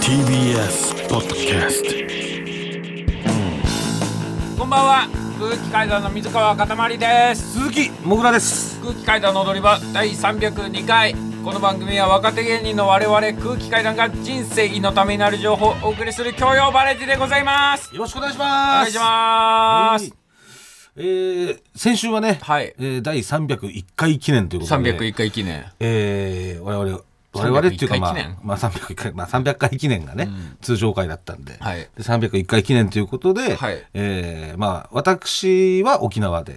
TBS ポッドキャストこんばんは空気階段の水川かたまりです鈴木もぐらです空気階段の踊り場第302回この番組は若手芸人の我々空気階段が人生のためになる情報をお送りする教養バラエティでございますよろしくお願いしおます願いします、えー、先週はね、はいえー、第301回記念ということで301回記念えー、我々我々っていうか、 301ま回あまあ、301記念、回、まあ、300回記念がね、通常回だったんで、はいで301回記念ということで、はいえーまあ、私は沖縄で、ん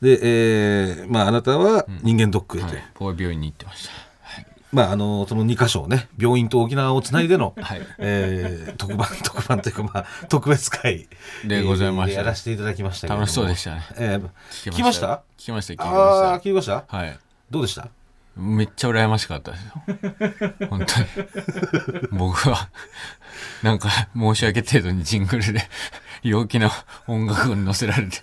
で、えー、まあ、あなたは人間ドックへと、はいこういう病院に行ってましたまあ、あのその2箇所をね病院と沖縄をつないでの、 はいえー特番特番というか、まあ、特別会でございましたえーやらせていただきましたけれども楽しそうでしたねえー聞きました聞きました聞きまああー聞しきましたたはいどうでしためっちゃ羨ましかったですよ。本当に。僕は、なんか申し訳程度にジングルで陽気な音楽に乗せられて。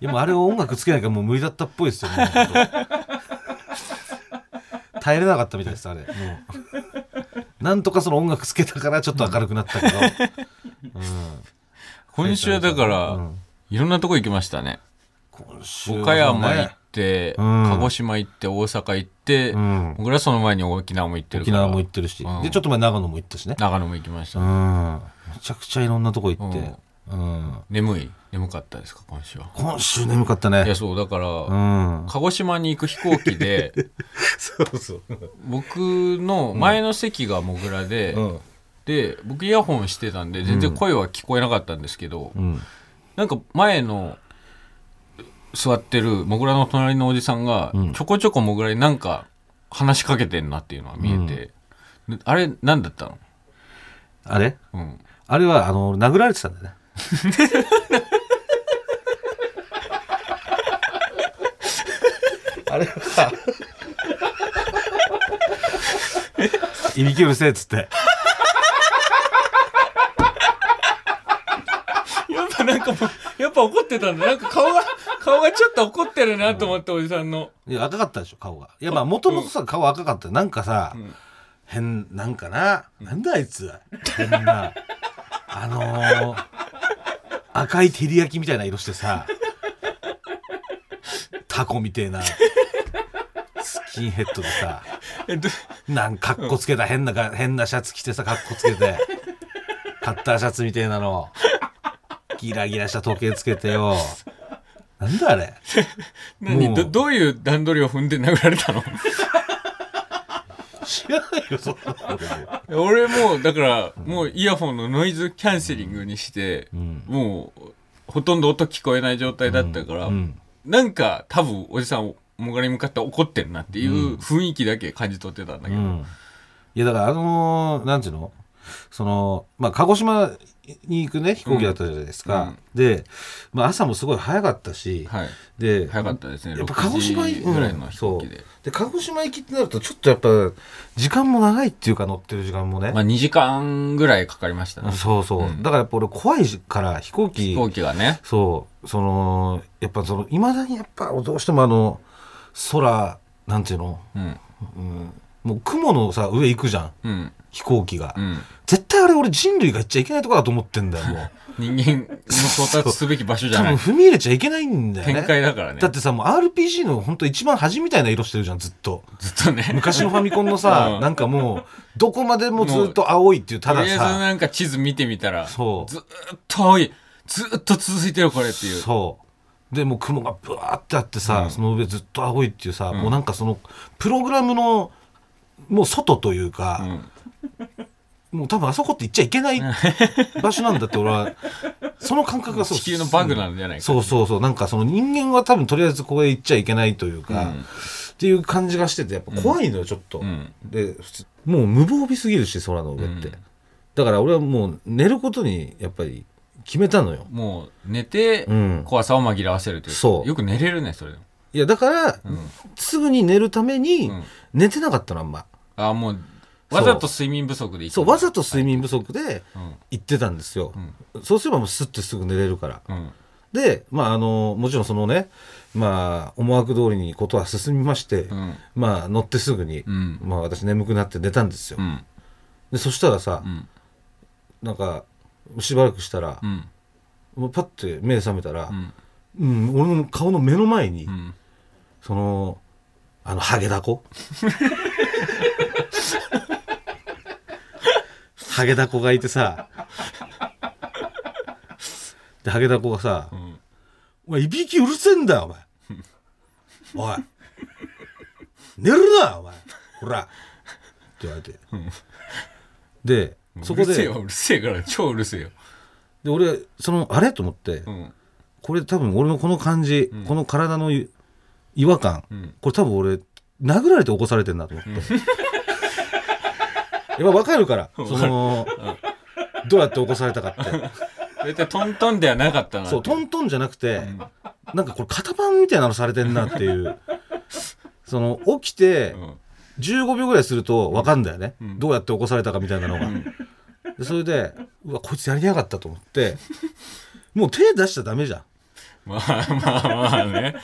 いやもうあれを音楽つけないからもう無理だったっぽいですよね 耐えれなかったみたいですあれもうなんとかその音楽つけたからちょっと明るくなった けど、今週だから、うんいろんなとこ行きましたね。今週はね岡山行って、うん鹿児島行って、大阪行って、うん僕らその前に沖縄も行ってる沖から。縄も行ってるし、うんでちょっと前長野も行ったしね長野も行きましうた。んめちゃくちゃいろんなとこ行って、うん、眠い眠かったですか、今週は。今週眠かったいや、ねそう、だから、うん鹿児島に行く飛行機で、そうそう僕の前の席がモグラで、うんで僕イヤホンしてたんで全然声は聞こえなかったんですけど、うんなんか前の座ってるモグラの隣のおじさんがうんちょこちょこモグラになんか話しかけてんなっていうのは見えて、であれ何だったの、あれうん、あれはあの殴られてたんだね あれ はいびきうるせえっつって やっぱなんかもうやっぱ怒ってたんだなんか顔が顔がちょっと怒ってるなと思っておじさんのいや赤かったでしょ顔がいやまあもともとさ顔赤かったよなんかさ、変なんかな、なんだあいつ変なあのー赤い照り焼きみたいな色してさタコみてえなスキンヘッドでさえどなんかっこつけた変なが変なシャツ着てさかっこつけてカッターシャツみてえなのギラギラした時計つけてよなんだあれも何うどどういう段取りを踏んで殴られ たの知らないよそんなの俺も俺もうだからもうイヤホンのノイズキャンセリングにして、もうほとんど音聞こえない状態だったから、うんなんか多分おじさんもがに向かって怒ってるなっていう雰囲気だけ感じ取ってたんだけど、うんいやだからあのーなんていうのそのまあ鹿児島に行くね飛行機だったじゃないですか、で、まあ、朝もすごい早かったし、はいで早かったですねやっぱ6鹿児島時行ぐらいの飛行機でうんそうで鹿児島行きってなるとちょっとやっぱ時間も長いっていうか乗ってる時間もね、まあ2時間ぐらいかかりましたねそうそう、だからやっぱ俺怖いから飛行機飛行機がねそうそのやっぱそのいまだにやっぱどうしてもあの空なんていうの、うんうん、もう雲のさ上行くじゃんうん飛行機が、うん絶対あれ俺人類が行っちゃいけないとこだと思ってんだよもう人間の到達すべき場所 じ多ゃな分い踏み入れちゃいけないんだよね展開だからねだってさもう RPG の本当一番端みたいな色してるじゃんずっとずっとね昔のファミコンのさ、 うんなんかもうどこまでもずっと青いっていうたとだりあえずさなんか地図見てみたらずそうーっと青いずーっと続いてるこれっていうそうでもう雲がブワーってあってさ、うんその上ずっと青いっていうさ、もうなんかそのプログラムのもう外といううか、んもう多分あそこって行っちゃいけない場所なんだって俺 はその感覚がそう地球のバグなんじゃないかそうそうそうなんかその人間は多分とりあえずここへ行っちゃいけないというか、うんっていう感じがしててやっぱ怖いのよちょっと、うんで普通もう無防備すぎるし空の上って、だから俺はもう寝ることにやっぱり決めたのよもう寝てうん怖さを紛らわせるというかそうよく寝れるねそれでもいやだから、すぐに寝るためにうん寝てなかったのあんまあもうそうわざと睡眠不足でいいそうわざと睡眠不足でうん行ってたんですよ、そうすればもうスッてすぐ寝れるから、うんで、まあ、あのもちろんそのね、まあ、思惑通りにことは進みまして、んまあ、乗ってすぐに、んまあ、私眠くなって寝たんですよ、うんでそしたらさ、んなんかしばらくしたらう、んもうパッて目覚めたらう、んうん俺の顔の目の前に、うんそのあのハゲダコハゲダコがいてさでハゲダコがさん「お前いびきうるせえんだよお前おい寝るなお前ほら」って言われてでそこうるせえでようるせえから超うるせえよで俺そのあれと思って、うんこれ多分俺のこの感じ、この体のい違和感、んこれ多分俺殴られて起こされてんなと思って、やっぱ分かる からそのどうやって起こされたかって大体トントンではなかったなそうトンントンじゃなくて、なんかこれ型番みたいなのされてんなって いうその起きてうん15秒ぐらいすると分かんだよね、んどうやって起こされたかみたいなのが、でそれでうわこいつやりやがったと思ってもう手出しちゃダメじゃんまあまあまあね、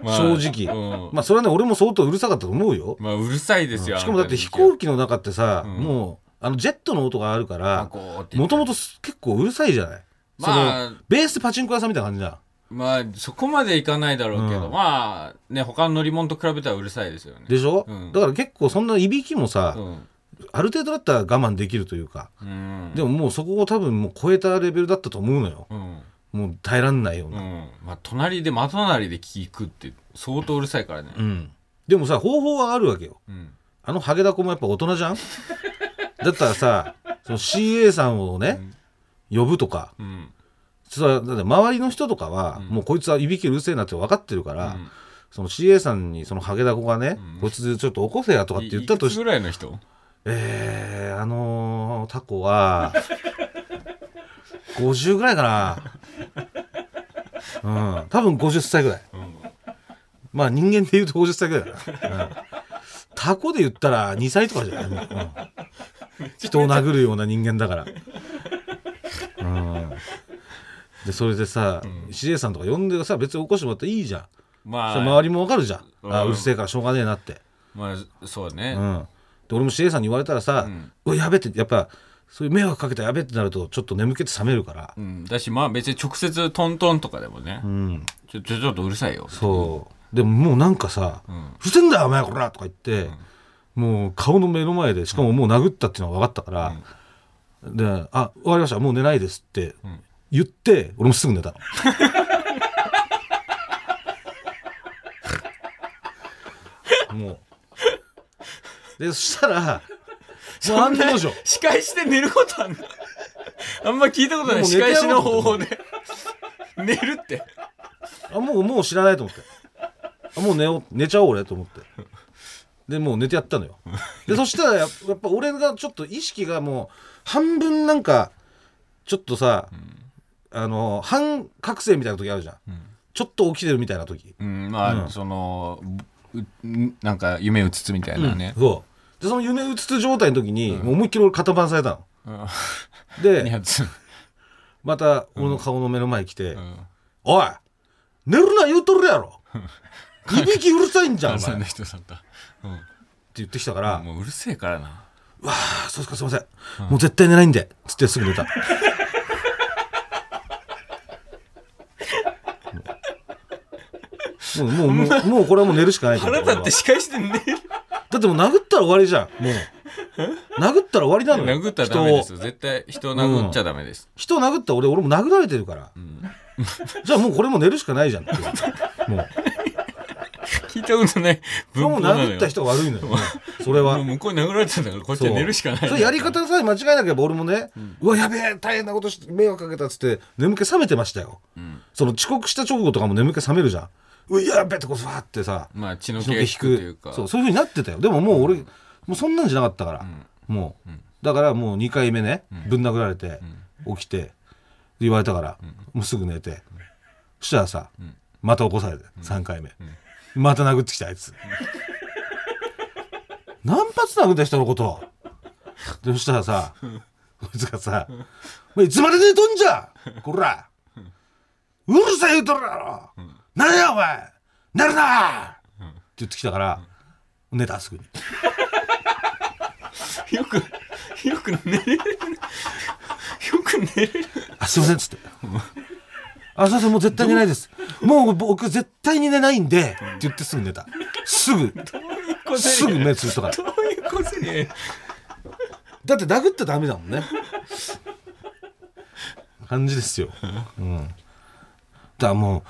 まあ、正うん直、まあそれはね俺も相当うるさかったと思うよ、まあうるさいですよ、しかもだって飛あんたの行機の中ってさ、んもうあのジェットの音があるか時はらこうって言もってともと結構うるさいじゃない、まあそのベースパチンコ屋さんみたいな感じじゃんまあそこまでいかないだろうけど、うんまあね他の乗り物と比べたらうるさいですよねでしょ、うんだから結構そんないびきもさ、うん、ある程度だったら我慢できるというか、うん、でももうそこを多分もう超えたレベルだったと思うのようんもう耐えらんないよううな、んまあ隣で真隣で聞くって相当うるさいからねうんでもさ方法はあるわけようんあのハゲダコもやっぱ大人 じゃんだったらさその CA さんをね、呼ぶとか、うんそれはだって周りの人とかは、うんもうこいつはいびきうるせえなって分かってるかうら、んその CA さんにそのハゲダコがね、うんこいつちょっと起こせやとかっいて言ったといくつしぐらいの人えー、あのー、タコは50ぐらいかなうん多分50歳ぐらい、まあ人間で言うと50歳ぐらいだな、うんタコで言ったら2歳とかじゃない、もううん人を殴るような人間だからうんでそれでさ、CA さんとか呼んでさ別に起こしてもらっていいじゃん、まあそれ周りもわかるじゃん、うんあうるせえからしょうがねえなってまあそうね、うん、で俺も CA さんに言われたらさうん「うわやべ」ってやっぱそういう迷惑かけたやべってなるとちょっと眠気って冷めるからう、ん、だしまあ別に直接トントンとかでもね、うん、ちょちょちょっとうるさいよそうでももうなんかさ「うんふせんだよお前こら!」とか言って、もう顔の目の前でしかももう殴ったっていうのが分かったから、で「あ終わりましたもう寝ないです」ってん言って、俺もすぐ寝たの。 もうでそしたらもう案の定 仕返して寝ること あんのあんま聞いたことなもいう仕寝てや返しろのうと方思法っで寝るってあもうもう知らないと思ってあもう寝よう寝ちゃおう俺と思ってでもう寝てやったのよでそしたらややっぱ俺がちょっと意識がもう半分なんかちょっとさ、あの半覚醒みたいな時あるじゃん、ちょっと起きてるみたいな時、うんまあ、うんそのうんなんか夢うつつみたいなね、そうでその夢うつつ状態の時に、もう思いっきり俺型番された うんのでやつ、また俺の顔の目の前に来て「うん、おい寝るな言うとるやろ いびきうるさいんじゃんお関前」西っのて人だった、言ってきたから、うん、もううるせえからなあそうですかすいません、もう絶対寝ないんでつってすぐ寝た もうもうもうもうこれはもう寝るしかないと思う腹俺立っては仕返して寝るだってもう殴ったら終わりじゃんもう殴ったら終わりなのよ殴ったらダメですよ絶対人を殴っちゃダメです、人を人を殴ったら俺俺も殴られてるから、 じゃあもうこれもう寝るしかないじゃんっていうも聞いたことないう文も法うなのよ殴った人が悪いのよもうそれはもう向こうに殴られてたんだからこっちは寝るしかないそうやり方さえ間違えなければ俺もね、うわやべえ大変なことして迷惑かけたっつって眠気覚めてましたよ、その遅刻した直後とかも眠気覚めるじゃんうわやべえってこそわーってさまあ血の血気が引くというかそうそういうふうになってたよでももう俺、もうそんなんじゃなかったから、もう、だからもう2回目ねぶん殴られて、起きてで言われたから、もうすぐ寝て、そしたらさ、また起こされて3回目、また殴ってきたあいつ、何発殴った人のことでそしたらさこいつがさ「お前いつまで寝とんじゃこらうるさい言うとるやろ、何やお前寝るな!」って言ってきたから、寝たすぐによくよくく寝れる。よく寝れる。あすいませんっつって「あすいませんもう絶対寝ないですもう僕絶対に寝ないんで」って言ってすぐ寝たすぐすぐ目つぶっとからどういうことに。だって殴ったらダメだもんね感じですよ、うん、だからもう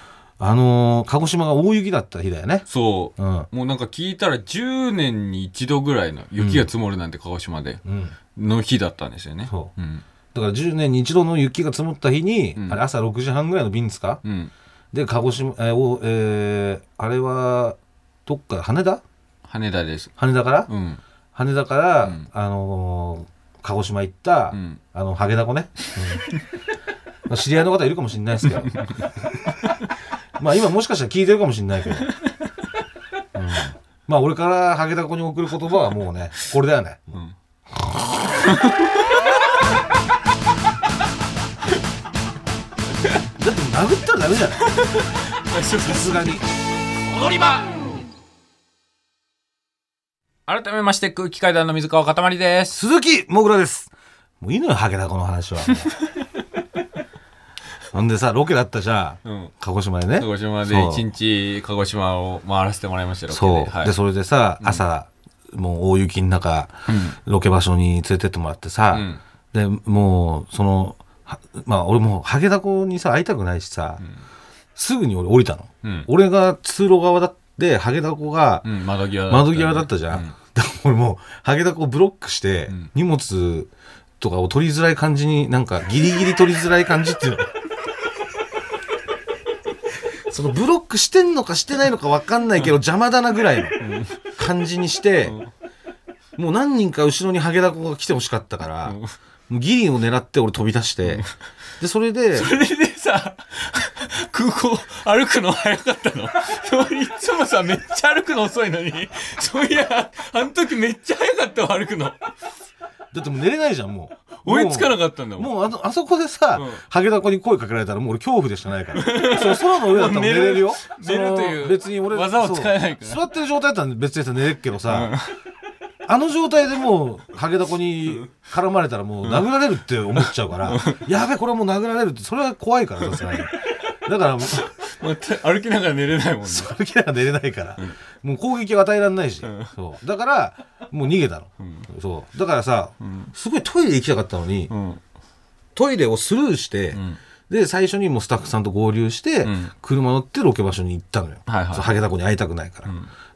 あのー鹿児島が大雪だった日だよねそう、うんもうなんか聞いたら10年に一度ぐらいの雪が積もるなんて鹿児島でうんの日だったんですよね。。そうんだから10年に一度の雪が積もった日に、んあれ朝6時半ぐらいの便ですか、うん。で鹿児島、えーおえーあれはどっか羽田羽田です。羽田から、うん。羽田から、うんあのー鹿児島行った、うん。あのハゲダコね、うん知り合いの方いるかもしれないですけ どまあ今もしかしたら聞いてるかもしれないけど、うんまあ俺からハゲダコに送る言葉はもうねこれだよね うん。だって殴ったらダメじゃないさすがに改めまして空気階段の水川かたまりです。鈴木もぐらですもういいのよハゲダコの話はほんでさロケだったじゃん、うん。鹿児島でね鹿児島でそう一日鹿児島を回らせてもらいましたよ。ロそう、ケではい。でそれでさ朝、もう大雪の中、ロケ場所に連れてってもらってさ、うんでもうそのはまあ俺もうハゲダコにさ会いたくないしさ、すぐに俺降りたの、うん俺が通路側だってハゲダコがうん。窓際だった。窓際だったじゃん、だから俺もうハゲダコをブロックして、ん荷物とかを取りづらい感じになんかギリギリ取りづらい感じ っていうのそのブロックしてんのかしてないのか分かんないけど邪魔だなぐらいの感じにして、もう何人か後ろにハゲダコが来てほしかったから、もうギリを狙って俺飛び出して、でそれ でそれでさ、空港歩くの早かったの。そういつもさ、めっちゃ歩くの遅いのに、そういや、あの時めっちゃ早かったわ、歩くの。だってもう寝れないじゃんもう追いつかなっかったんだもん。もうあのあそこでさ、うんハゲダコに声かけられたらもう俺恐怖でしかないからそう空の上だったら寝れるよ寝るその寝るという別に俺技を使えないからそう座ってる状態だったら別にさ寝れるけどさ、あの状態でもうハゲダコに絡まれたらもう殴られるって思っちゃうから、やべこれもう殴られるってそれは怖いからさすがにだからもうまあ歩きながら寝れないもんね。それきながら寝れないから、もう攻撃を与えられないし、そうだからもう逃げたの、そうだからさ、すごいトイレ行きたかったのに、んトイレをスルーして、で最初にもうスタッフさんと合流して、ん車乗ってロケ場所に行ったのよ、はいはいそうハゲタコに会いたくないから、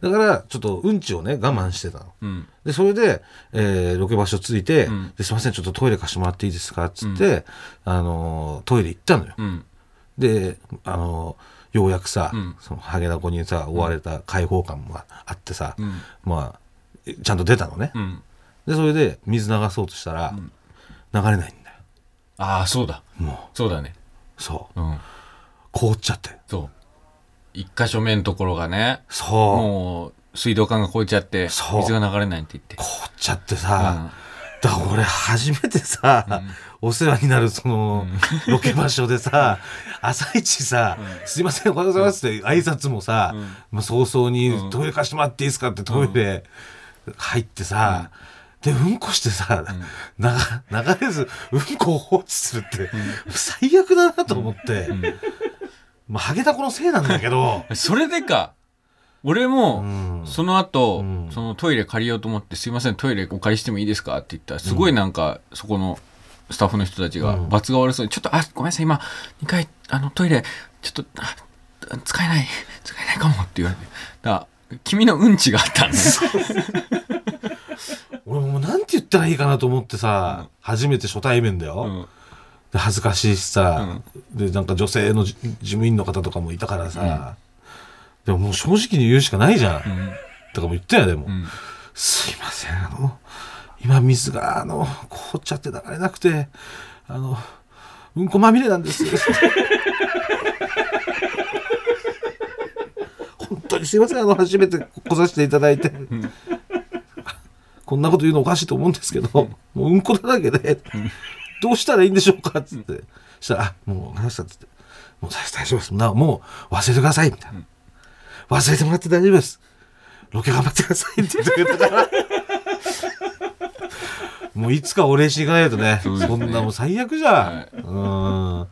だからちょっとうんちをね我慢してたの。うん。でそれで、えーロケ場所着いて、んですいませんちょっとトイレ貸してもらっていいですか?」っつって、あのートイレ行ったのよ。うん。であのようやくさ、んそのハゲダコにさ追われた解放感もあってさ、んまあえちゃんと出たのね、うん。でそれで水流そうとしたら、流れないんだよああ、そうだ。もそうだね。うそううん。凍っちゃってそう。一箇所目のところがね、そうもう水道管が超えちゃって、そう水が流れないって言って。凍っちゃってさ、だから俺初めてさ、お世話になるそのロケ場所でさ、朝一さ、すいませんおはようございますって挨拶もさ、もう早々にトイレ貸してもらっていいですかってトイレ入ってさ、でうんこしてさ、流流れずうんこを放置するって、最悪だなと思って、まあハゲタコのせいなんだけ どそれでか。俺も、んその後、んそのトイレ借りようと思って、すいません、トイレお借りしてもいいですかって言ったら、すごいなんか、そこのスタッフの人たちが、うん罰が悪そうに、ちょっと、あ、ごめんなさい、今、2回、あの、トイレ、ちょっと、ああ使えない、使えないかもって言われて。だから君のうんちがあったんです。俺もうなんて言ったらいいかなと思ってさ、初めて初対面だよ。うんで恥ずかしいしさ、でなんか女性のじ事務員の方とかもいたからさ、でももう正直に言うしかないじゃん、とかも言ったよでも、んすいませんあの今水があの凍っちゃって流れなくてあのうんこまみれなんです本当にすいませんあの初めて来させていただいて、こんなこと言うのおかしいと思うんですけど、もううんこだらけで、どうしたらいいんでしょうかっつって、したら、あもう話したっつって、もう大大丈夫です。なもう忘れてくださいみたいな。忘れてもらって大丈夫です。ロケ頑張ってくださいって言ってくれたから。もういつかお礼しに行かないとね。そうですそねんなもう最悪じゃん。はいうーん。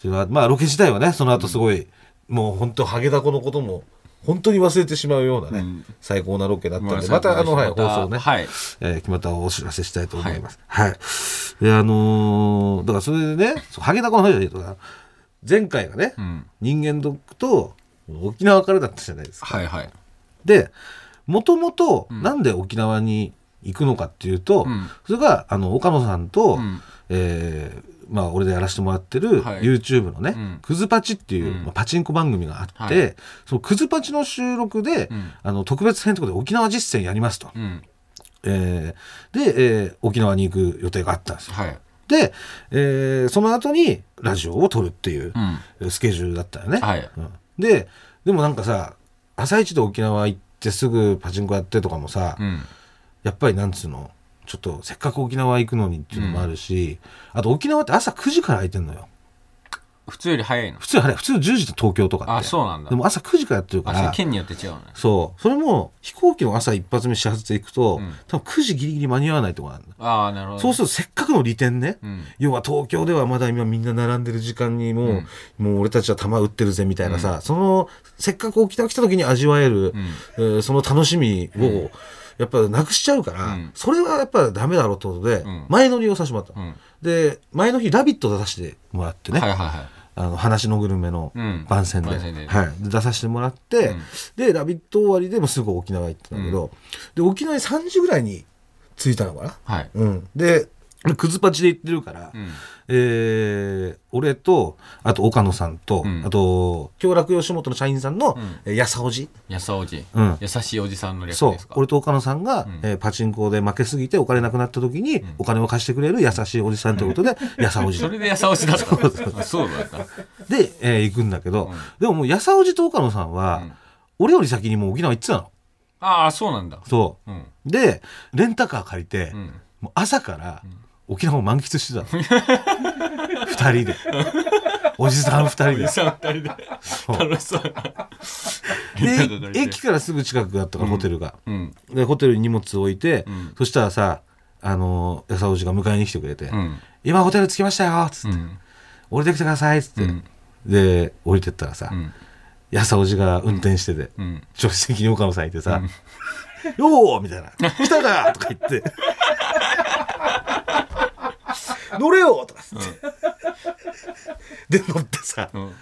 ていうのはまあロケ自体はね、その後すごい、もう本当ハゲダコのことも、本当に忘れてしまうようなね、うん最高なロケだったごめんんなで、さいまたあの、はい、放また送ね、はいえー決まったらお知らせしたいと思います。はい。で、あのーだからそれでね、そうハゲダコの話だけどな、前回がね、うん人間ドックと沖縄からだったじゃないですか。はいはいでもともとうんなんで沖縄に行くのかっていうと、うんそれがあの岡野さんと、うんえーまあ、俺でやらせてもらってるはい YouTube のね「うんクズパチ」っていう、うんまあ、パチンコ番組があって、はその「クズパチ」の収録で、うんあの特別編ということで沖縄実践やりますと、うんえーで、えー沖縄に行く予定があったんですよ。はいで、えーその後にラジオを撮るっていううんスケジュールだったよね。はいうんででもなんかさ朝一で沖縄行ってすぐパチンコやってとかもさ、うんやっぱりなんつうのちょっとせっかく沖縄行くのにっていうのもあるし、あと沖縄って朝9時から開いてんのよ普通より早いの普通あれ普通10時って東京とかってあそうなんだでも朝9時からやってるかあそれら県によって違うのねそうそれも飛行機の朝一発目始発で行くと、うん多分9時ギリギリ間に合わないとこなんだ、ああなるほどそうするるとせっかくの利点ね、うん要は東京ではまだ今みんな並んでる時間にもう,、もう俺たちは球打ってるぜみたいなさ、そのせっかく沖縄来た時に味わえる、えーその楽しみをやっぱなくしちゃうから、うんそれはやっぱダメだろうってことで、ん前乗りをさせてもらったうの、んで前の日「ラビット!」出させてもらってね、はいはいはいあの話のグルメのうん番宣で,、番宣ではい、で出させてもらって、うんで「ラビット!」終わりでもうすぐ沖縄行ったんだけど、で沖縄に3時ぐらいに着いたのかな、はいうん、でくずパチで行ってるから、うんえー俺とあと岡野さんと、うんあと京楽吉本の社員さんのうんえーやさおじ、やさおじうん優しいおじさんの略そうですか俺と岡野さんが、んえーパチンコで負けすぎてお金なくなった時に、お金を貸してくれる優しいおじさんということ で、やさおじそで、れでやさおじだったあそうだったえー行くんだけど、でももうやさおじと岡野さんは、うん俺より先にもう沖縄行ってたのああそうなんだそうんうでレンタカー借りて、うんもう朝から沖縄を満喫してたの二人でおじさん二人でさん二人で楽しそうで駅からすぐ近くだったから、ホテルがうんでホテルに荷物置いて、うんそしたらさあのー、やさおじが迎えに来てくれて「うん今ホテル着きましたよ」っつって、うん降りてきてください」っつって、うんで降りてったらさ、うんやさおじが運転してて、うん助手席に岡野さんいてさ「 よー!」みたいな「来たか!」とか言 って「乗れよ!」とかっつって、で乗ってさ「うん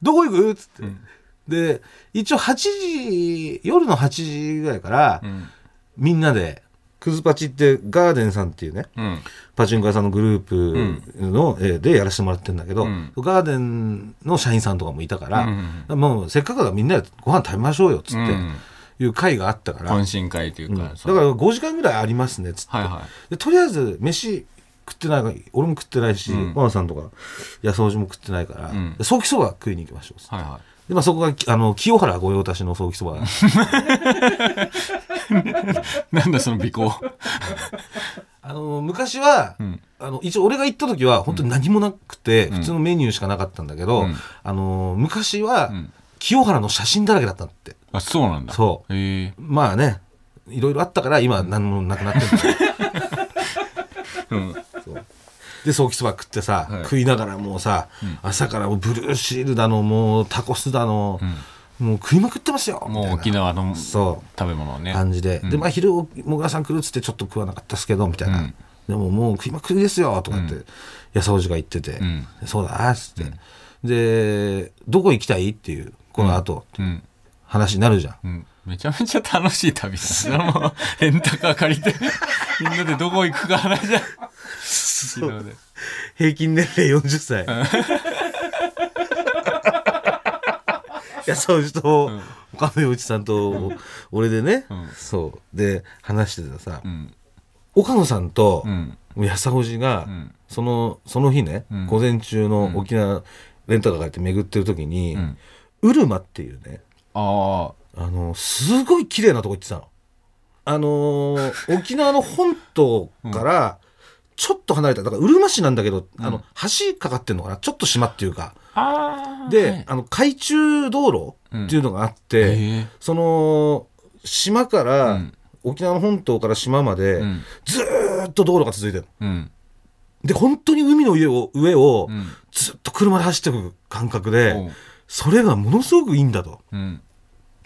どこ行く?」っつって、んで一応8時夜の8時ぐらいから、うんみんなで「クズパチ」ってガーデンさんっていうねうんパチンコ屋さんのグループの、えーでやらせてもらってるんだけど、うんガーデンの社員さんとかもいたから、うんもうせっかくだからみんなでご飯食べましょうよっつって、うんいう会があったから、懇親会といううんかだかそらの5時間ぐらいありますねっつって、はいはでとりあえず飯食ってないから俺も食ってないし、うんマナさんとか安尾寺も食ってないから、うんでソーキそば食いに行きましょうっつってはいはで、まあ、そこがきあの清原御用達のソーキそ ばいなんだその尾行あの昔は、うんあの一応俺が行った時は本当に何もなくて、普通のメニューしかなかったんだけど、うんあの昔は、ん清原の写真だらけだったんだってあそうなんだそうへえまあねいろいろあったから今何もなくなってるんだけど うんそうでソーキそば食ってさ、はい食いながらもうさ、朝からもうブルーシールだのもうタコスだの、もう食いまくってますよもうみた沖いな縄のそ食べ物をうね感じで、うんでまあ昼もぐらさん来るっつってちょっと食わなかったっすけどみたいな、うんでももう食いまくりですよとかって、うんやさおじが言ってて、んそうだなっつって、でどこ行きたいっていうこの後、うん話になるじゃんうん、めちゃめちゃ楽しい旅だ。そのままレンタカー借りて、みんなでどこ行くか話じゃん。昨日で。平均年齢40歳。 いやそうじとん岡野陽一さんと俺でね、んそうで話してたさ、うん。岡野さんとうん。やさおじが、んそのその日ね、ん午前中の沖縄レンタカー借りて巡ってる時に、んうるまっていうねああのすごい綺麗なとこ行ってたの。あのー 沖縄の本島からちょっと離れただからうるま市なんだけど、あの橋かかってんのかなちょっと島っていうかあ。ああ。で、はいあの海中道路っていうのがあって、へえその島から、ん沖縄の本島から島まで、うんずーーっと道路が続いてるうんで本当に海の上を上をうんずっと車で走ってく感覚で、おうそれがものすごくいいんだとうん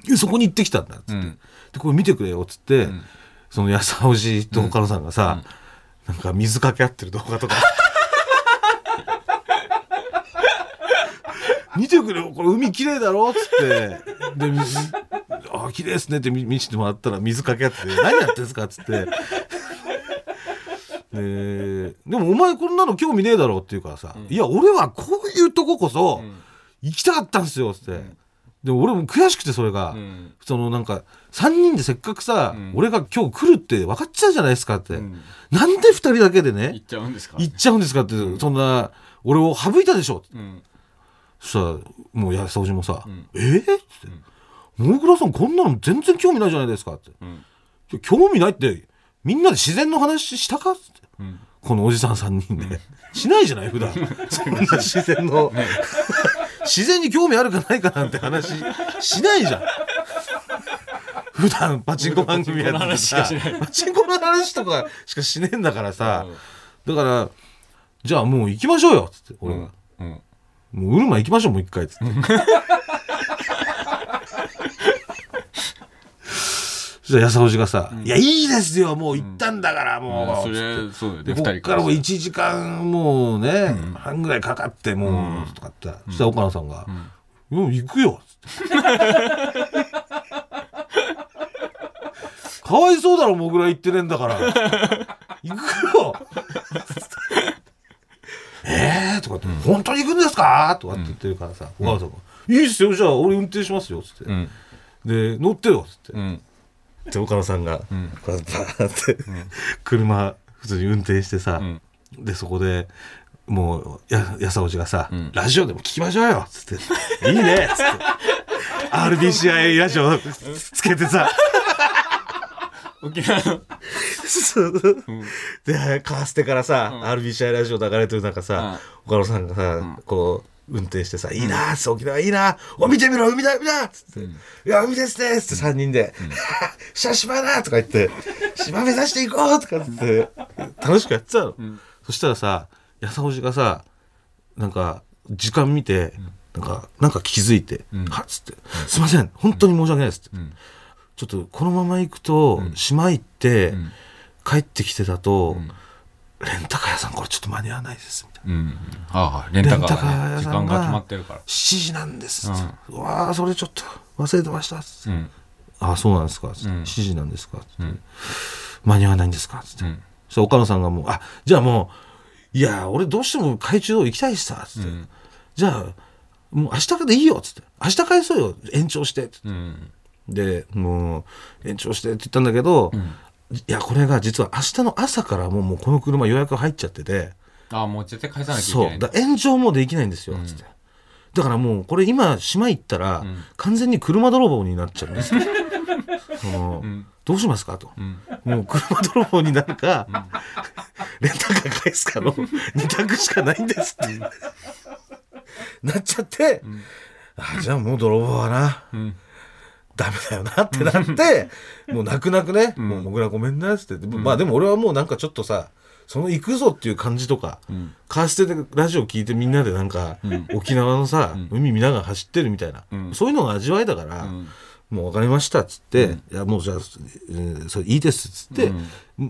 でそこに行ってきたんだっつって、うんでこれ見てくれよっつって、んその安尾氏と岡野さんがさ、なんか水かけ合ってる動画とか 見てくれよこれ海きれいだろっつってで水「ああきれいですね」って見見せてもらったら水かけ合ってて「何やってんすか?」っつって。ででもお前こんなの興味ねえだろって言うからさ「いや俺はこういうとここそ行きたかったんすよ」っつって、でも俺も悔しくてそれが、うんそのなんか3人でせっかくさ、うん俺が今日来るって分かっちゃうじゃないですかって、んなんで2人だけで行ねっちゃうんですか行っちゃうんですかって、そんな俺を省いたでしょうんそしたらもう安尾氏もさ「んえっ?」って「大、倉さんこんなの全然興味ないじゃないですか」ってうん「興味ないってみんなで自然の話したか?」って。うんこのおじさん3人で、しないじゃない普 段そんな自然の、 自然に興味あるかないかなんて話しないじゃん普段パチンコ番組やっててさパチパチンンコの話しかしコの話とかしかしねえんだからさうん、だからじゃあもう行きましょうよっつって俺が、うんもうウルマ行きましょうもう一回っつ ってそしたら安おじがさ、いやいいですよもう行ったんだから、もう、つっそてれそうだよでこねっ2人からも1し時間もうね、半ぐらいかかってもう、とかってそしたら岡野さんが「うん、行くよ」 つってかわいそうだろもぐら行ってねえんだ から行くよ」 えー」とかって「本当に行くんですか?」とかって言ってるからさ岡野さんが「いいっすよじゃあ俺運転しますよ」つってうん「で乗ってよ」つってう。んで岡野さんがんこうやってバーって、 車普通に運転してさ、んでそこでもうややさおじがさ、んラジオでも聞きましょうよ」っつって「いいね」っつって「RBCI ラジオ」つけてさ沖縄のそうでカーステからさ、RBCI ラジオ流れてる中さ、岡野さんがさ、こう運転してさ「いいな」っつって「沖縄いいな」「お見てみろ海だ海だ」っつって「いや海ですね」っつって3人で「しゃ島だ」とか言って「島目指していこう」とかっつって楽しくやってたの、そしたらさやさおじがさなんか時間見て、なんかなんか気づいて「はっ」つって「すいません本当に申し訳ないです」って、ちょっとこのまま行くと、島行って、帰ってきてだと、レンタカー屋さんこれちょっと間に合わないですみたいなうんああレンタカーがレンタカー屋ね時さんが間が決まってるから7時なんですっつって、うわあそれちょっと忘れてましたっつって、うんああそうなんですかっつって、うん7時なんですかっつって、ん間に合わないんですかっつって、うんそしたら岡野さんがもう「あじゃあもういや俺どうしても海中道行きたいしさ」っつって、うんじゃあもう明日でいいよ」っつって「明日返そうよ延長して」っつってうんでもう延長してって言ったんだけど、いやこれが実は明日の朝からもうもうこの車予約入っちゃっててああもう絶対返さなきゃいけそなういだから延長もできないんですよ、つってだからもうこれ今島行ったら、完全に車泥棒になっちゃうんですよそのどうしますかと、もう車泥棒になるか、レンタカー返すかの2択しかないんですって、なっちゃって、あじゃあもう泥棒はな、んダメだよなってなって、もう泣く泣くね、もうもぐらごめんなっつって、まあでも俺はもうなんかちょっとさその行くぞっていう感じとか、カーステでラジオ聞いてみんなでなんか、沖縄のさ、海見ながら走ってるみたいな、んそういうのが味わいだから、んもう分かりましたっつって、いやもうじゃあ、えーそれいいですっつって、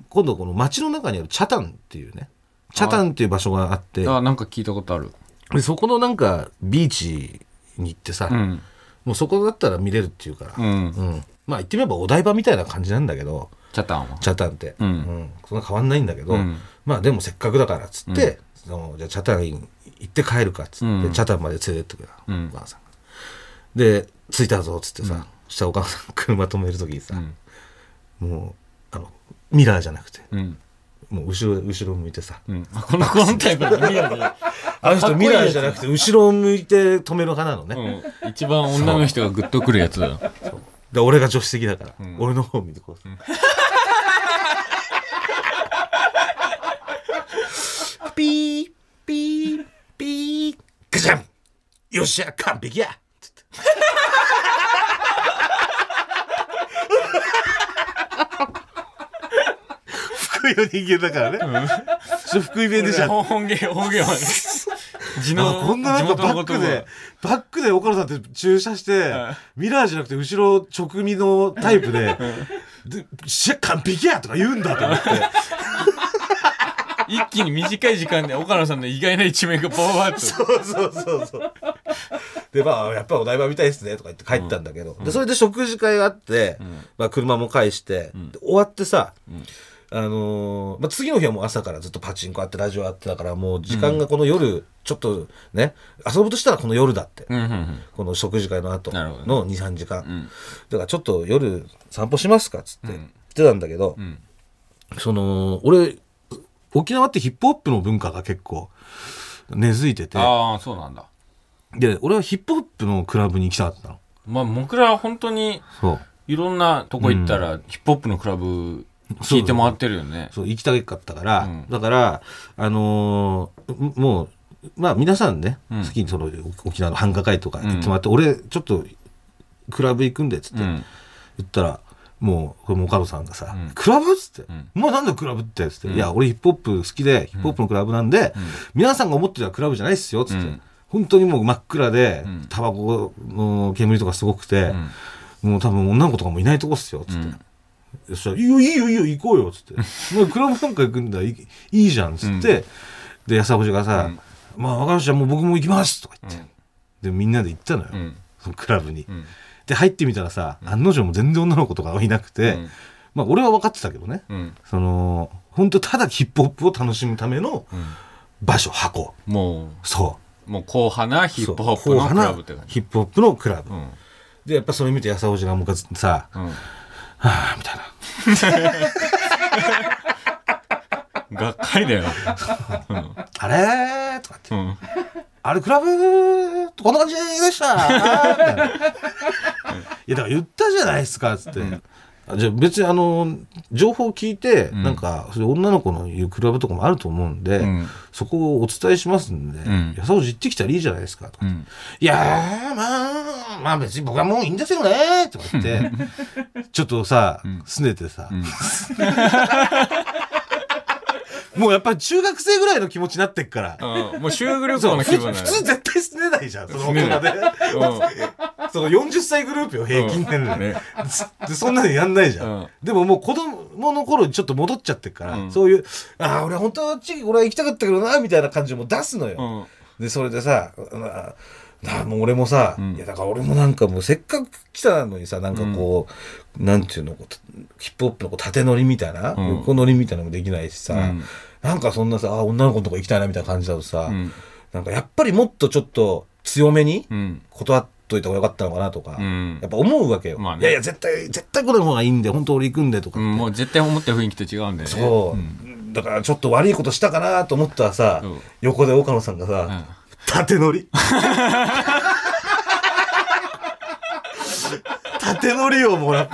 今度この町の中にあるチャタンっていうねチャタンっていう場所があってああなんか聞いたことあるでそこのなんかビーチに行ってさ、うんもうそこだったら見れるっていうから、うんうんまあ言ってみればお台場みたいな感じなんだけどチャタンはチャタンって、うんそんな変わんないんだけど、うんまあでもせっかくだからっつって、そのじゃあチャタン行って帰るかっつって、うんチャタンまで連れてってくれ、うんお母さんがで着いたぞっつってさ、そしたらお母さん車止める時にさ、もうあのミラーじゃなくてうんもう後ろ後ろ向いてさ、うんあこのこのタイプだミラーだあの人ミラーじゃなくて後ろを向いて止める派なのね、うん一番女の人がグッとくるやつだよで俺が助手席だから、俺の方見てこう、 ピーピーピーガチャンよっしゃ完璧やつって 福井う人間だからね。ちょっと福井弁でした。あ本芸本芸は地のこ んななんかバックで、バックで岡野さんって駐車してはい、ミラーじゃなくて後ろ直見のタイプで、で、しゃ完璧やとか言うんだと思って。一気に短い時間で岡野さんの意外な一面がバババッとそうそうそうそう。で、まあ、やっぱりお台場みたいですね、とか言って帰ったんだけど。で、それで食事会があって、まあ、車も返して、で終わってさ、あのーまあ、次の日はもう朝からずっとパチンコあって、ラジオあってだから、もう時間がこの夜、ちょっとね、遊ぶとしたらこの夜だって。うんうんうんこの食事会の後なるほどねの2、3時間。んだからちょっと夜散歩しますかっつって言ってたんだけど、んその、俺、沖縄ってヒップホップの文化が結構根付いてて、ああそうなんだで俺はヒップホップのクラブに行きたかったのまあ僕らは本当にそういろんなとこ行ったら、ヒップホップのクラブ聞いて回ってるよねそう行きたかったから、うんだからあのーももうまあ皆さんね、うん好きにその沖縄の繁華街とか行ってもらって、俺ちょっとクラブ行くんでっつってう言んったら、もうこれも岡野さんがさ「うんクラブ?」っつってうん「もうなんでクラブ?」ってっつって、うんいや俺ヒップホップ好きでヒップホップのクラブなんで、ん皆さんが思ってるようなクラブじゃないっすよ」っつって、うん本当にもう真っ暗で、うんタバコの煙とかすごくて。うんもう多分女の子とかもいないとこっすよ、つうって。んそしたら、いいよ、いいよ、いいよ、行こうよ、つって。もうクラブなんか行くんだ、いいいいじゃん、つって。で、安田星がさ、まあ、わかりました、もう僕も行きます、とか言って。で、みんなで行ったのよ、うんそのクラブに。うんで、入ってみたらさ、案の定もう全然女の子とかはいなくて、うんまあ、俺は分かってたけどね。うんその、本当ただヒップホップを楽しむためのうん場所、箱。もそうもう硬派なう。ヒップホップのクラブってそう感じヒップホップのクラブ。うんで、やっぱそれ見て安田星がもう一回さ、うんはぁ、みたいな。がっかりだよ、あれーとかって。うん、あれ、クラブ、こんな感じでした。みたいないや、だから言ったじゃないですか、つって。あじゃあ別にあの、情報を聞いて、んなんか、それ女の子の言うクラブとかもあると思うんで、うんそこをお伝えしますんで、んやさおじ行ってきたらいいじゃないですか、とか。うんいやー、まあ、まあ別に僕はもういいんですよね、とか言って、ちょっとさ、すねてさ、 もうやっぱり中学生ぐらいの気持ちになってっから、うんもう修学旅そ行うの普気通分だ普よ通絶対すねないじゃん、そのすね大な人いで。その40歳グループよ、平均年うん齢ね。でそんなのやんないじゃん。うんでももう子供の頃にちょっと戻っちゃってっから、うんそういう、ああ、俺本当はあっち、俺は行きたかったけどな、みたいな感じも出すのうよ。んで、それでさ、あなもう俺もさ、うんいやだから俺もなんかもうせっかく来たのにさ、なんかこう、なんていうの、こうヒップホップのこう縦乗りみたいな、うん横乗りみたいなのもできないしさ、うんなんかそんなさ、あー女の子のとこ行きたいなみたいな感じだとさ、うんなんかやっぱりもっとちょっと強めにうん断っといた方が良かったのかなとか、うんやっぱ思うわけよ。まあねいやいや、絶対、絶対これの方がいいんで、本当俺行くんでとか。うんもう絶対思った雰囲気と違うんだよねそう、だからちょっと悪いことしたかなと思ったらさ、うん横で岡野さんがさ、うん縦乗り。縦乗りをもらって。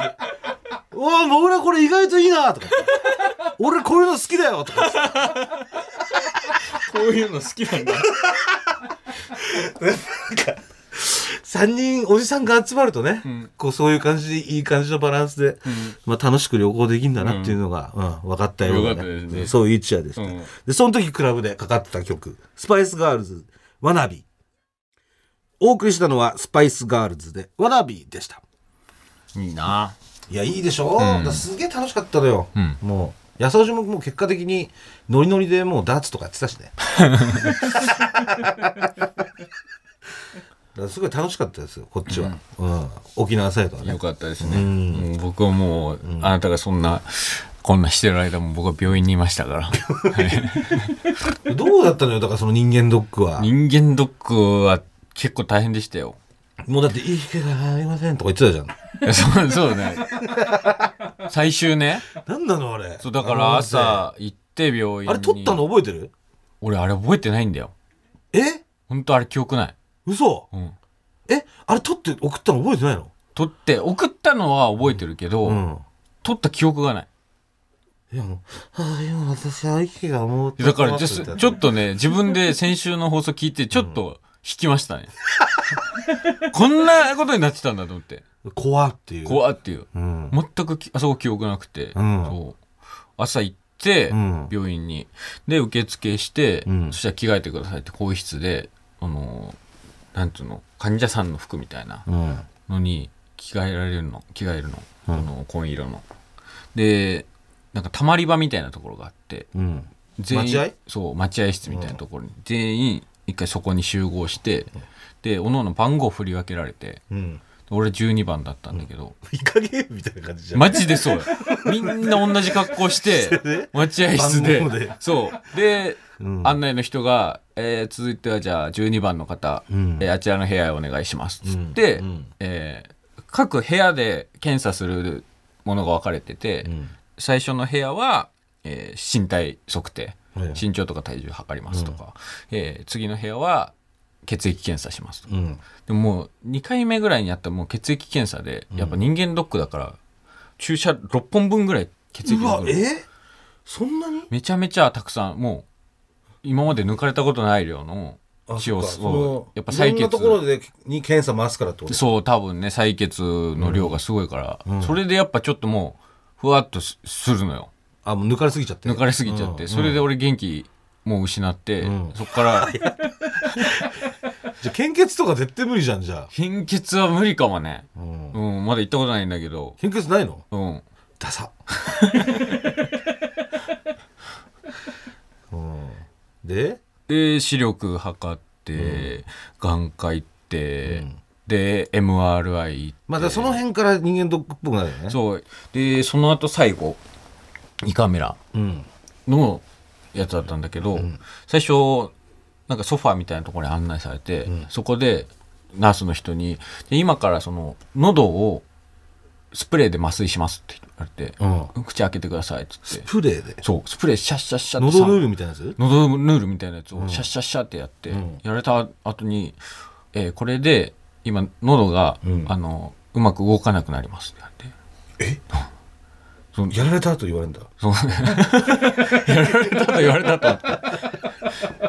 おお、もう俺これ意外といいなとか言って。俺こういうの好きだよとか言って。こういうの好きなんだ3人おじさんが集まるとね、んこうそういう感じでいい感じのバランスで、まあ、楽しく旅行できるんだなっていうのが、うん分かったようなよかったですねそういう一夜でした、うんでその時クラブでかかってた曲「スパイスガールズわなび」お送りしたのは「スパイスガールズ」で「わなび」でしたいいないやいいでしょ、だからすげえ楽しかったのよ、んもう安尾ももう結果的にノリノリでもうダーツとかやってたしねだからすごい楽しかったですよこっちは、うん沖縄サイドはねよかったですね。もう僕はもう、あなたがそんな、こんなしてる間も僕は病院にいましたから。どうだったのよだからその人間ドックは 人間ドックは結構大変 でしたよ。もうだって「いい気がありません」とか言ってたじゃんいやそう、そうね。最終ね。なんなのあれそう、だから朝行って病院あに。のあれ撮ったの覚えてる俺あれ覚えてないんだよ。えほんとあれ記憶ない。嘘うん。えあれ撮って送ったの覚えてないの撮って、送ったのは覚えてるけど、うん撮った記憶がない。いやもう「ああ今私は息がもう」だからちょ、ちょとっとね、自分で先週の放送聞いて、ちょっと引きましたね。 こんなことになってたんだと思って。怖っていう怖っていう。うん全くきあそこ記憶なくて、うんそう朝行っって、うん病院にで受付して、うんそしたら着替えてくださいって更衣室であのーなんつうの患者さんの服みたいなうんのに着替えられるの着替えるの,、うんあの紺色のでなんかたまり場みたいなところがあってうん員待合そう待合室みたいなところに、全員一回そこに集合して、でおのおの番号振り分けられてうん俺12番だったんだけど、イカゲームみたいな感じじゃんマジでそうよみんな同じ格 好してで待合室番号ででそうで、うん案内の人が、えー続いてはじゃあ12番の方、うんえーあちらの部屋へお願いします」つっうて、んうんえー各部屋で検査するものが分かれてて、うん最初の部屋は、えー身体測定、ええ身長とか体重測りますとか、えー次の部屋は血液検査しますとかうんでももう2回目ぐらいにやったらもう血液検査で、やっぱ人間ドックだから注射6本分ぐらい血液うがわ抜かれるえそんなにめちゃめちゃたくさんもう今まで抜かれたことない量のあ血をそっかそそうのやっぱい採ろん血なところでに検査回すからってことそう多分ね採血の量がすごいから、うんそれでやっぱちょっともうふわっとすするのよあもう抜かれすぎちゃって抜かれすぎちゃって、うんそれで俺元気もう失って、うんそっからじゃあ献血とか絶対無理じゃんじゃあ貧血は無理かもね、うんうん、まだ行ったことないんだけど、献血ないのうん、ダサうんでで視力測って、眼科行って、で MRI 行ってまあだからその辺から人間ドックっぽくなるよねそうでその後最後胃カメラうんのやつだったんだけど、最初なんかソファーみたいなところに案内されて、そこでナースの人に「で今からその喉をスプレーで麻酔します」って言われてうん「口開けてください」っつってスプレーでそうスプレーシャッシャッシャッ喉さんルールみたいなやつ喉ヌールみたいなやつをシャッシャッシャッってやって、うんやられた後に、えーこれで今喉が、うんあのうまく動かなくなりますって言わやられたと言われるんだれてやられたと言われたと思って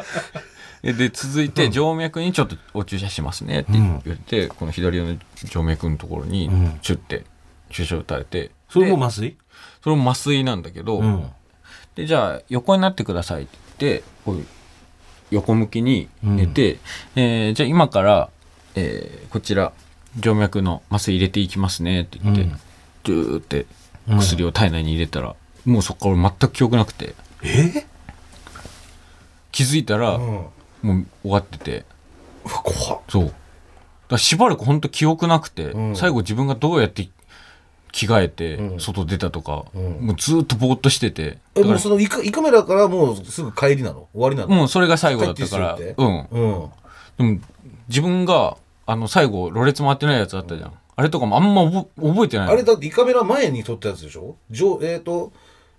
えで続いて静脈にちょっとお注射しますねって言われて、この左の静脈のところにうんチュッて注射打たれてそれも麻酔それも麻酔なんだけど、うんでじゃあ横になってくださいって言ってこう横向きに寝て、えーじゃあ今から、えーこちら静脈の麻酔入れていきますねって言って、うんジューって薬を体内に入れたら、もうそこから全く記憶なくてえ気づいたら、うんうわもう終わってて怖っそうだからしばらく本当記憶なくて、うん最後自分がどうやって着替えうてん外出たとか、うんもうずーっとぼーっとしててえだかもうらその胃カ胃カメラからもうすぐ帰りなの終わりなのもうそれが最後だったから帰ってすうぐんうんでも自分があの最後ろれつ回ってないやつだったじゃん、あれとかもあんま覚覚えてないのあれだって胃カメラ前に撮ったやつでしょ上えっと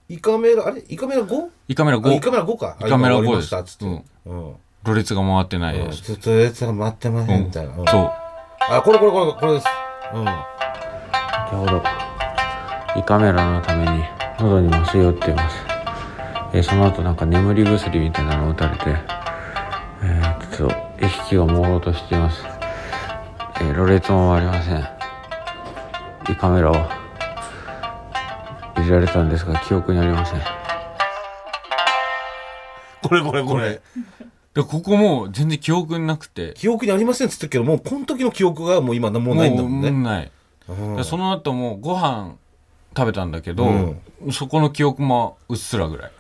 胃カメラあれ胃カメラ 5? 胃カメラあ胃カ5メラ5か胃カメラあ今終わり5までしすたっつってうんろれつが回ってないうんです、ちょっとやつが待ってまうせんんみたいなうんそあこれこれこれこれですうんうちょうど胃カメラのために喉に麻酔を打っています、えその後なんか眠り薬みたいなのを打たれて、えちょっと意識が朦朧としていますえろれつも回りません胃カメラを入れられたんですが記憶にありませんこれこれこれでここもう全然記憶なくて記憶にありませんっつってるけどもうこの時の記憶がもう今もうないんだもんうねなうい、んでその後もご飯食べたんだけど、そこの記憶もうっすらぐらい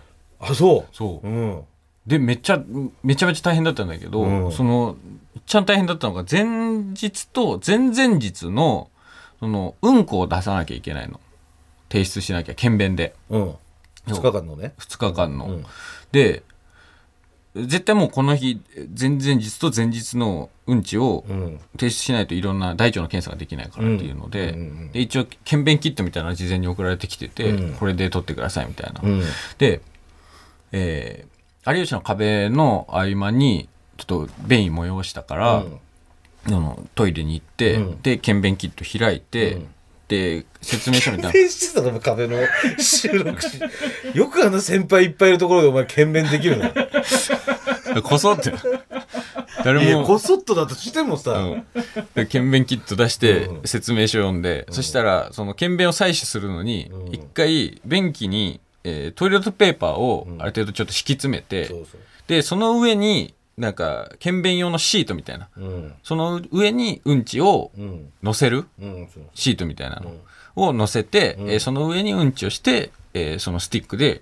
あそそうううんでめっちゃめちゃめちゃ大変だったんだけど、うんそのいっちゃん大変だったのが前日と前々日のそのうんこを出さなきゃいけないの提出しなきゃ検便でうん2日間のね2日間の、うんで絶対もうこの日前々日と前日のうんちをうん提出しないといろんな大腸の検査ができないからっていうのうで,、んうんうんで一応検便キットみたいなのが事前に送られてきてて、うんこれで取ってくださいみたいな。うんで、えー有吉の壁」の合間にちょっと便意催したから、うんあのトイレに行って、うんで検便キット開いて、で説明書みたいな検便してたの壁の収録しよくあの先輩いっぱいいるところでお前検便できるな こそってい誰やもこそっとだとしてもさ、うんで検便キット出してうん説明書読んで、そしたらその検便を採取するのにうん一回便器にえートイレットペーパーをうんある程度ちょっと敷き詰めて、そうそうでその上になんか検便用のシートみたいなうんその上にうんちをうん乗せるうんそうシートみたいなのんを乗せて、うんえーその上にうんちをして、えーそのスティックで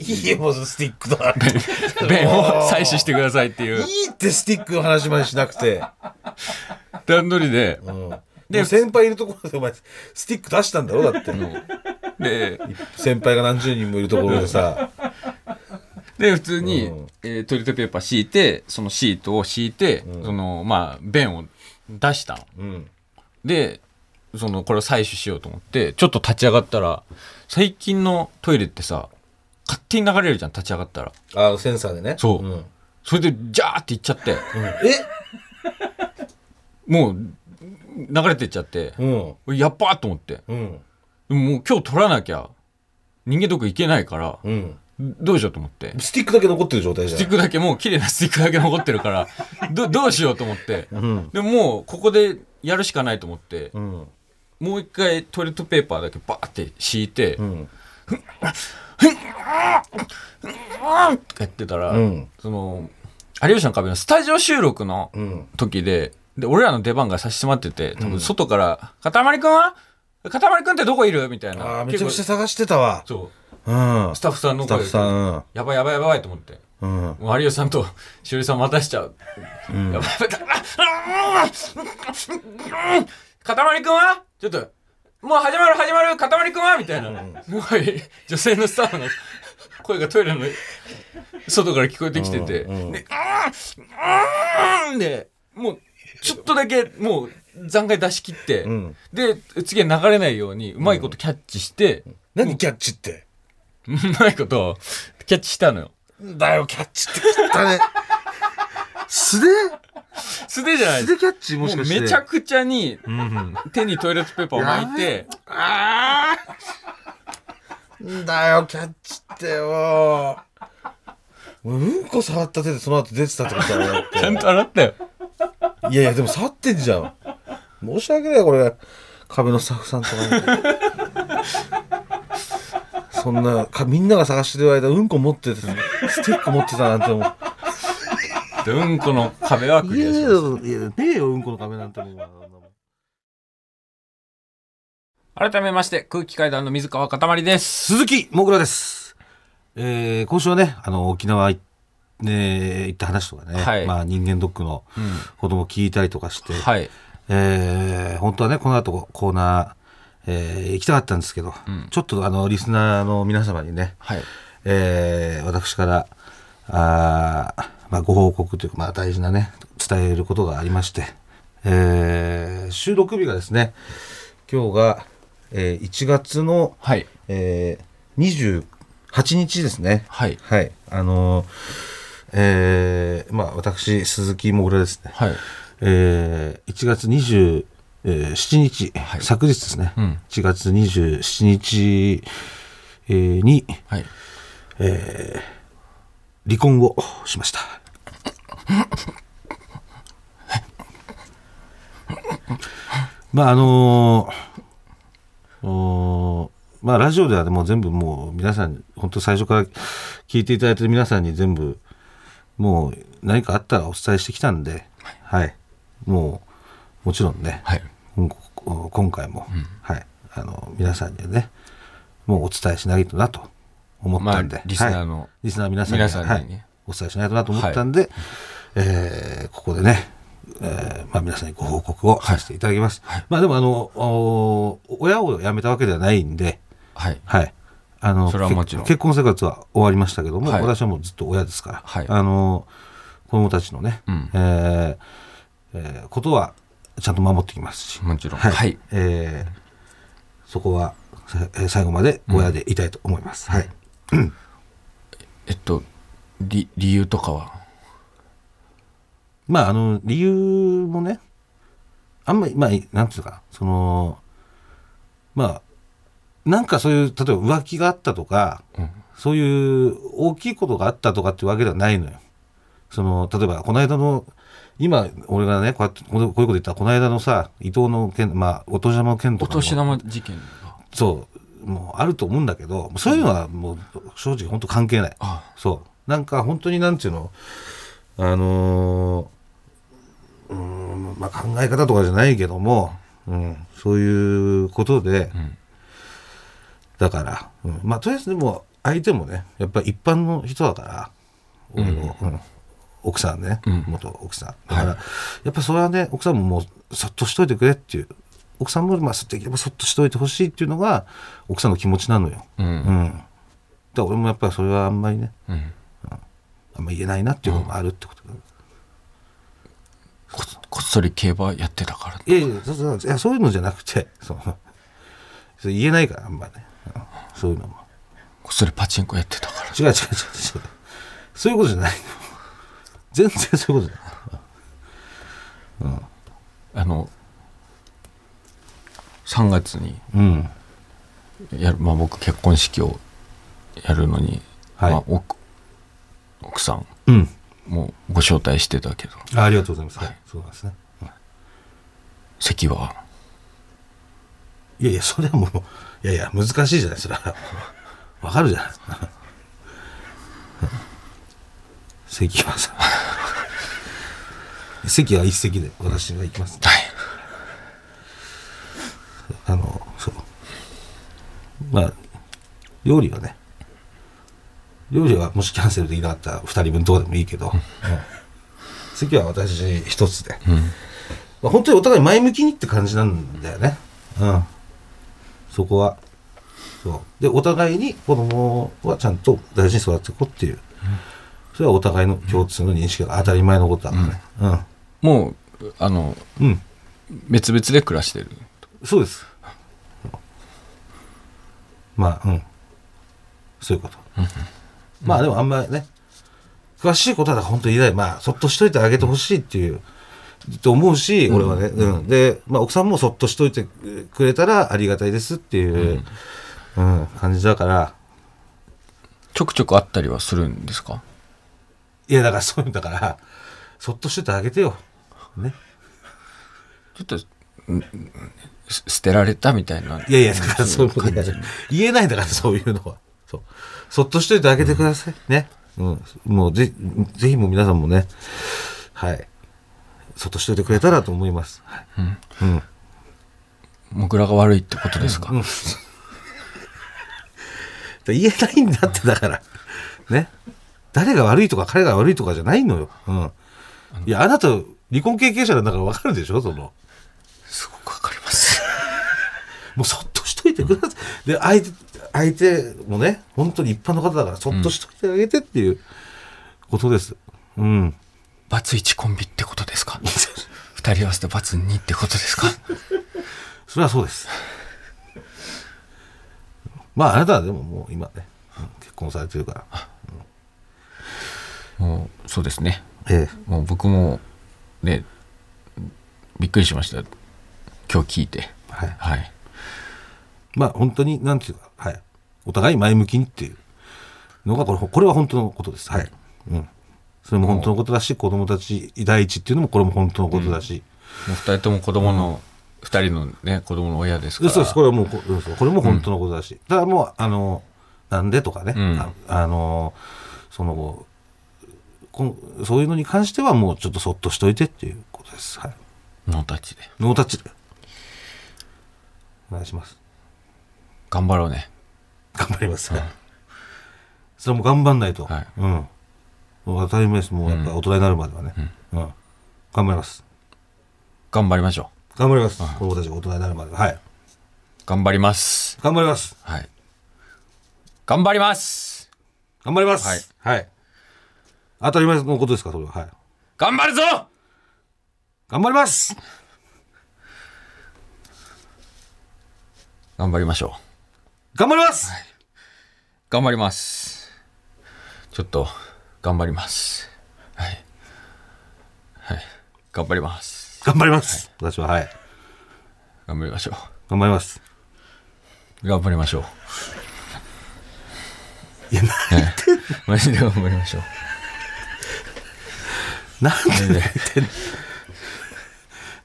いいよもうスティック だ便を採取してくださいっていいういってスティックの話までしなくて、段取りでうん、でで先輩いるところでお前スティック出したんだろだって、で先輩が何十人もいるところで さで普通に、うんえートイレットペーパー敷いてそのシートを敷いて、うんそのまあ便を出したの。うんでそのこれを採取しようと思ってちょっと立ち上がったら最近のトイレってさ勝手に流れるじゃん立ち上がったらあのセンサーでねそうんんそれでジャーっていっちゃってえもう流れてっちゃってうんやっばーと思ってうんでももう今日取らなきゃ人間ドック行けないからうんどうしようと思ってスティックだけ残ってる状態じゃスんティックだけもう綺麗なスティックだけ残ってるからどどうしようと思ってうんでももうここでやるしかないと思ってうんもう一回トイレットペーパーだけバーって敷いて、うんあーとかやってたら、うんその、有吉の壁のスタジオ収録のうん時で、で、俺らの出番が差し迫ってて、多分外から、かたまりくんはかたまりくんってどこいるみたいあな。あめちゃくちゃ結探してたわ構そううんスタッフさんのスタッ声でフさやばいやばいやばいと思って。んうんもう有吉さんとしおりさん待たしちゃう。やばいやばいあうんうんかたまりくんはちょっと、もう始まる始まるかたまりくんはみたいな。すごい、女性のスタッフの声がトイレの外から聞こえてきてて。うんで、あーあーで、もう、ちょっとだけ、もう、残骸出し切って、うんで、次は流れないように、うまいことキャッチして、何キャッチってうまいこと、キャッチしたのよ。んだよキャッチって汚ね素手素手じゃない素手キャッチもしもかうしてめちゃくちゃに、うん手にトイレットペーパーを巻いて、ああんだよキャッチってよ俺うんこ触った手でその後出てたってことだよだっ ちゃんと洗ったよ。ていやいやでも触ってんじゃん申し訳ないこれ壁のスタッフさんとかにそんなかみんなが探してる間うんこ持っててスティック持ってたなんてもうで、うんこの壁はクいリやアいしやます。いやねえようんこの壁なんてもう改めまして、空気階段の水川かたまりです。鈴木もぐらです。えー、今週はね、あの、沖縄い、ね、行った話とかね、はいまあ人間ドックのことも聞いたりとかして、はい。えー本当はね、この後コーナー、えー行きたかったんですけど、うんちょっとあの、リスナーの皆様にね、はい。えー私から、あーまあ、ご報告というか、まあ、大事なね、伝えることがありまして、えー収録日がですね、今日が、えー1月の、はい。えー、28日ですね。はい。はい。あのーえーまあ私、鈴木もぐらですね。はい。えー、1月27日、はい昨日ですね。うん1月27日、えーにはい。離婚をしました。 まああのーおーまあラジオではねもう全部もう皆さんに本当最初から聞いていただいてる皆さんに全部もう何かあったらお伝えしてきたんで、はい、もうもちろんね、はい。うんここ今回も、はい、あの皆さんにはねもうお伝えしないとなと思ったんで、まあリスナーのはいリスナー皆さんに皆さんにねはい、お伝えしないとなと思ったんで、えーここでね、えーまあ、皆さんにご報告をさせていただきます、まあでもあのお親を辞めたわけではないんではい。はいあのそれはもちろんけ結婚生活は終わりましたけども、はい私はもうずっと親ですから、はいあの子供たちのね、うんえーえーことはちゃんと守ってきますし、もちろん。はい、はい。えーそこは、さえー最後まで親でいたいと思います、はいえっと、理、理由とかはまああの理由もねあんまりまあなんていうのかなそのまあなんかそういう例えば浮気があったとか、うんそういう大きいことがあったとかっていうわけではないのよその例えばこの間の今俺がねこうやってこういうこと言ったらこの間のさ伊藤の件まあお年玉の件とおかも年玉事件がそうもあると思うんだけどそういうのはもう正直本当関係ない、あそうなんか本当になんていうのあのーうーんまあ考え方とかじゃないけども、うん、そういうことで、だから、うんまあとりあえずでも相手もねやっぱり一般の人だから俺の、うん奥さんね、うん元奥さんだから、やっぱそれはね奥さんももうそっとしといてくれっていう奥さんもまあそできればそっとしといてほしいっていうのが奥さんの気持ちなのよ、うんうんだから俺もやっぱりそれはあんまりねうんあんま言えないなっていうのもあるってこと、ここっそり競馬やってたからいやいやそうそういやそういうのじゃなくて そのそれ言えないからあんまね、うんそういうのもこっそりパチンコやってたから違う違う違う違うそういうことじゃない全然そういうことじゃないあの3月にうんやる、まあ、僕結婚式をやるのに、はいまあ、奥奥さんうんもご招待してたけどあありがとうございます、はい、そうなんですね席はいやいやそれはもういやいや難しいじゃないそれはわかるじゃない関はさん関は一席で私が行きます、はいあのそうまあ料理はね料理はもしキャンセルできなかったら2人分どうでもいいけど、うん席は私一つで、まあ、本当にお互い前向きにって感じなんだよねうんそこはそうでお互いに子供はちゃんと大事に育っていこうっていう、それはお互いの共通の認識が当たり前のことだからねもうあのうん、うん、別々で暮らしてるそうです。まあ、うん。そういうこと。まあでもあんまりね、詳しいことはだから本当に言えない。まあ、そっとしといてあげてほしいっていう、と思うし、俺はね、うん。で、まあ奥さんもそっとしといてくれたらありがたいですっていう、うん、感じだから、ちょくちょく会ったりはするんですかいやだからそういうんだから、そっとしといてあげてよ。ね。ちょっとんんす捨てられたみたいないやいや、だからそういうこと言えない言えないんだから、そういうのは。そう。そっとしといてあげてください。ね。うん。もうぜ、ぜひもう皆さんもね、はい。そっとしといてくれたらと思います。はいうん。モグラが悪いってことですか、で言えないんだって、だから。ね。誰が悪いとか、彼が悪いとかじゃないのよ。うん。いや、あなた、離婚経験者なんだからわかるでしょその。すごくわかりますもうそっとしといてください。で、相手、相手もね、本当に一般の方だから、そっとしといてあげてっていうことです。うん。バツ1コンビってこと ですか二人合わせてバツ2ってことですかそれはそうです。まあ、あなたはでももう今ね、うん結婚されてるから。もうそうですねえもう僕もねびっくりしました今日聞いてえ。はい。はいまあ、本当に、なんていうか、はい。お互い前向きにっていうのが、これ、これは本当のことです。はい。うん。それも本当のことだし、子供たち第一っていうのも、これも本当のことだし。もう二人とも子供の、二人のね子供の親ですかでらそうです。これはもうこ、うんそうこれも本当のことだし。ただもう、あの、なんでとかね。うんああの、その、こんそういうのに関してはもうちょっとそっとしといてっていうことです。はい。ノータッチでノータッチで。お願いします。 頑張ろうね頑張ります。それはもう頑張んないと。はいうん。もう当たり前です。もうやっぱ大人になるまではね。うん。頑張ります。頑張りましょ頑張ります。子供たちが大人になるまでは。はい。う頑張ります頑張ります。はい頑張ります頑張ります。はい。当たり前のことですか、それは。はい。頑張るぞ頑張ります。頑張りましょう頑張ります。頑張りますちょっと頑張りますはいはい頑張ります頑張ります。私は、はい。頑張りましょ頑張ります。う頑張りましょういや、なマジで頑張りましょうなんで泣いてん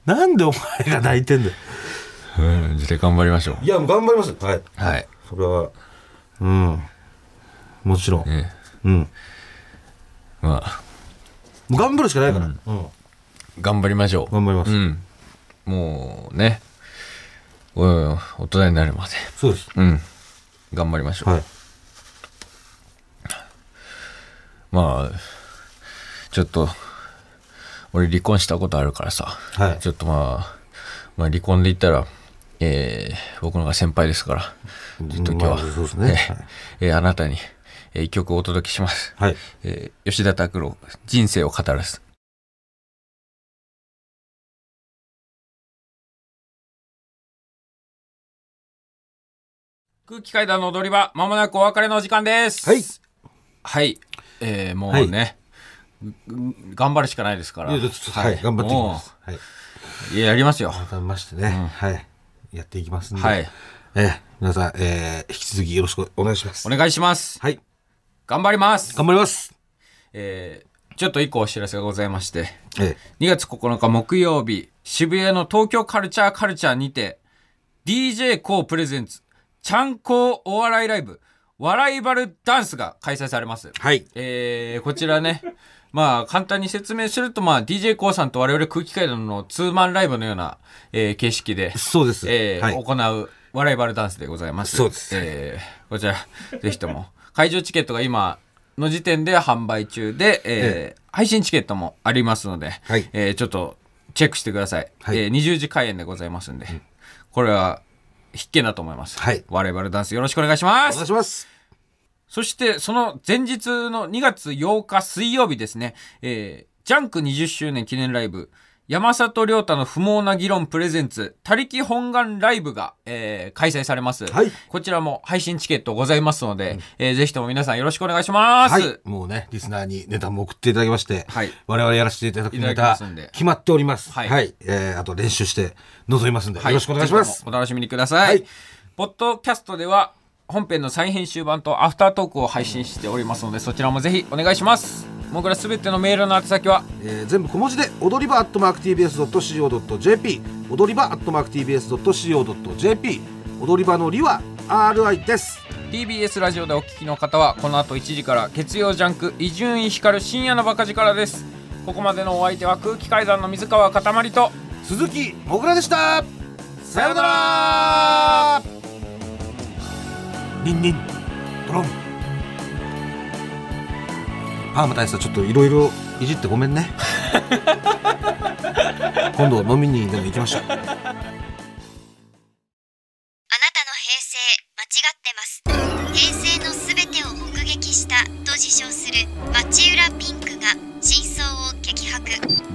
のなんでお前が泣いてんだよ。うんマジで頑張りましょういや、もう頑張ります。はい。はいそれはうんもちろん、ねうんまあもう頑張るしかないから、うん頑張りましょう頑張ります、うんもうねうん大人になるまでそうですうん頑張りましょう、はいまあちょっと俺離婚したことあるからさ、はいちょっとまあ、まあ、離婚で言ったら、えー僕の方が先輩ですからちょっと今日は、まあそうですねえーえーあなたに、えー一曲お届けします、はいえー吉田拓郎人生を語らす空気階段の踊り場まもなくお別れのお時間ですはいはいえーもはういね、ぐ頑張るしかないですからいやちょっとはい頑張っていきますはいいややりますよ改めましてね、はいやっていきますんで、はいえー皆さん、えー引き続きよろしくお願いしますお願いしますはい頑張ります頑張りますえーちょっと一個お知らせがございましてえー2月9日木曜日、渋谷の東京カルチャーカルチャーにて、DJ コープレゼンツ、ちゃんこうお笑いライブ、笑いバルダンスが開催されます。はいえーこちらね、 まあ、簡単に説明すると、まあ、DJ コーさんと我々空気階段のツーマンライブのような、えー形式で、そうです、えーはい行う笑いバルダンスでございます。そうですえーこちら、ぜひとも。 会場チケットが今の時点で販売中で、えー配信チケットもありますので、はいえーちょっとチェックしてください。はいえー20時開演でございますんで、これは必見だと思います。はい笑いバルダンスよろしくお願いしまお願いす。しますそして、その前日の2月8日水曜日ですね、えージャンク20周年記念ライブ、山里亮太の不毛な議論プレゼンツ、他力本願ライブが、えー開催されます、はいこちらも配信チケットございますので、えーぜひとも皆さんよろしくお願いします。はい、もうね、リスナーにネタも送っていただきまして、はい我々やらせていただくネいただタきますんで、決まっております。ははいい、えーあと練習して臨みますんで、よろしくお願いしまぜひすと。もお楽しみにください。はいポッドキャストでは、本編の再編集版とアフタートークを配信しておりますので、そちらもぜひお願いします。僕らすべてのメールの宛先は、えー全部小文字で、踊り場アットマーク TBS.CO.JP、踊り場アットマーク TBS.CO.JP、踊り場のりは RI です。 TBS ラジオでお聞きの方はこの後1時から月曜ジャンク伊集院光深夜のバカ力ですここまでのお相手は空気階段の水川かたまりと鈴木もぐらでしたさようならニンニン、トロン。パーマ大佐ちょっといろいろいじってごめんね。今度飲みにでも行きましょう。あなたの平成間違ってます平成のすべてを目撃したと自称する町浦ピンクが真相を激白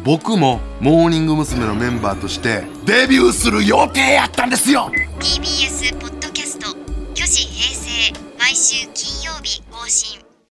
僕もモーニング娘。のメンバーとしてデビューする予定やったんですよ TBS ポッドキャスト「巨子平成」毎週金曜日更新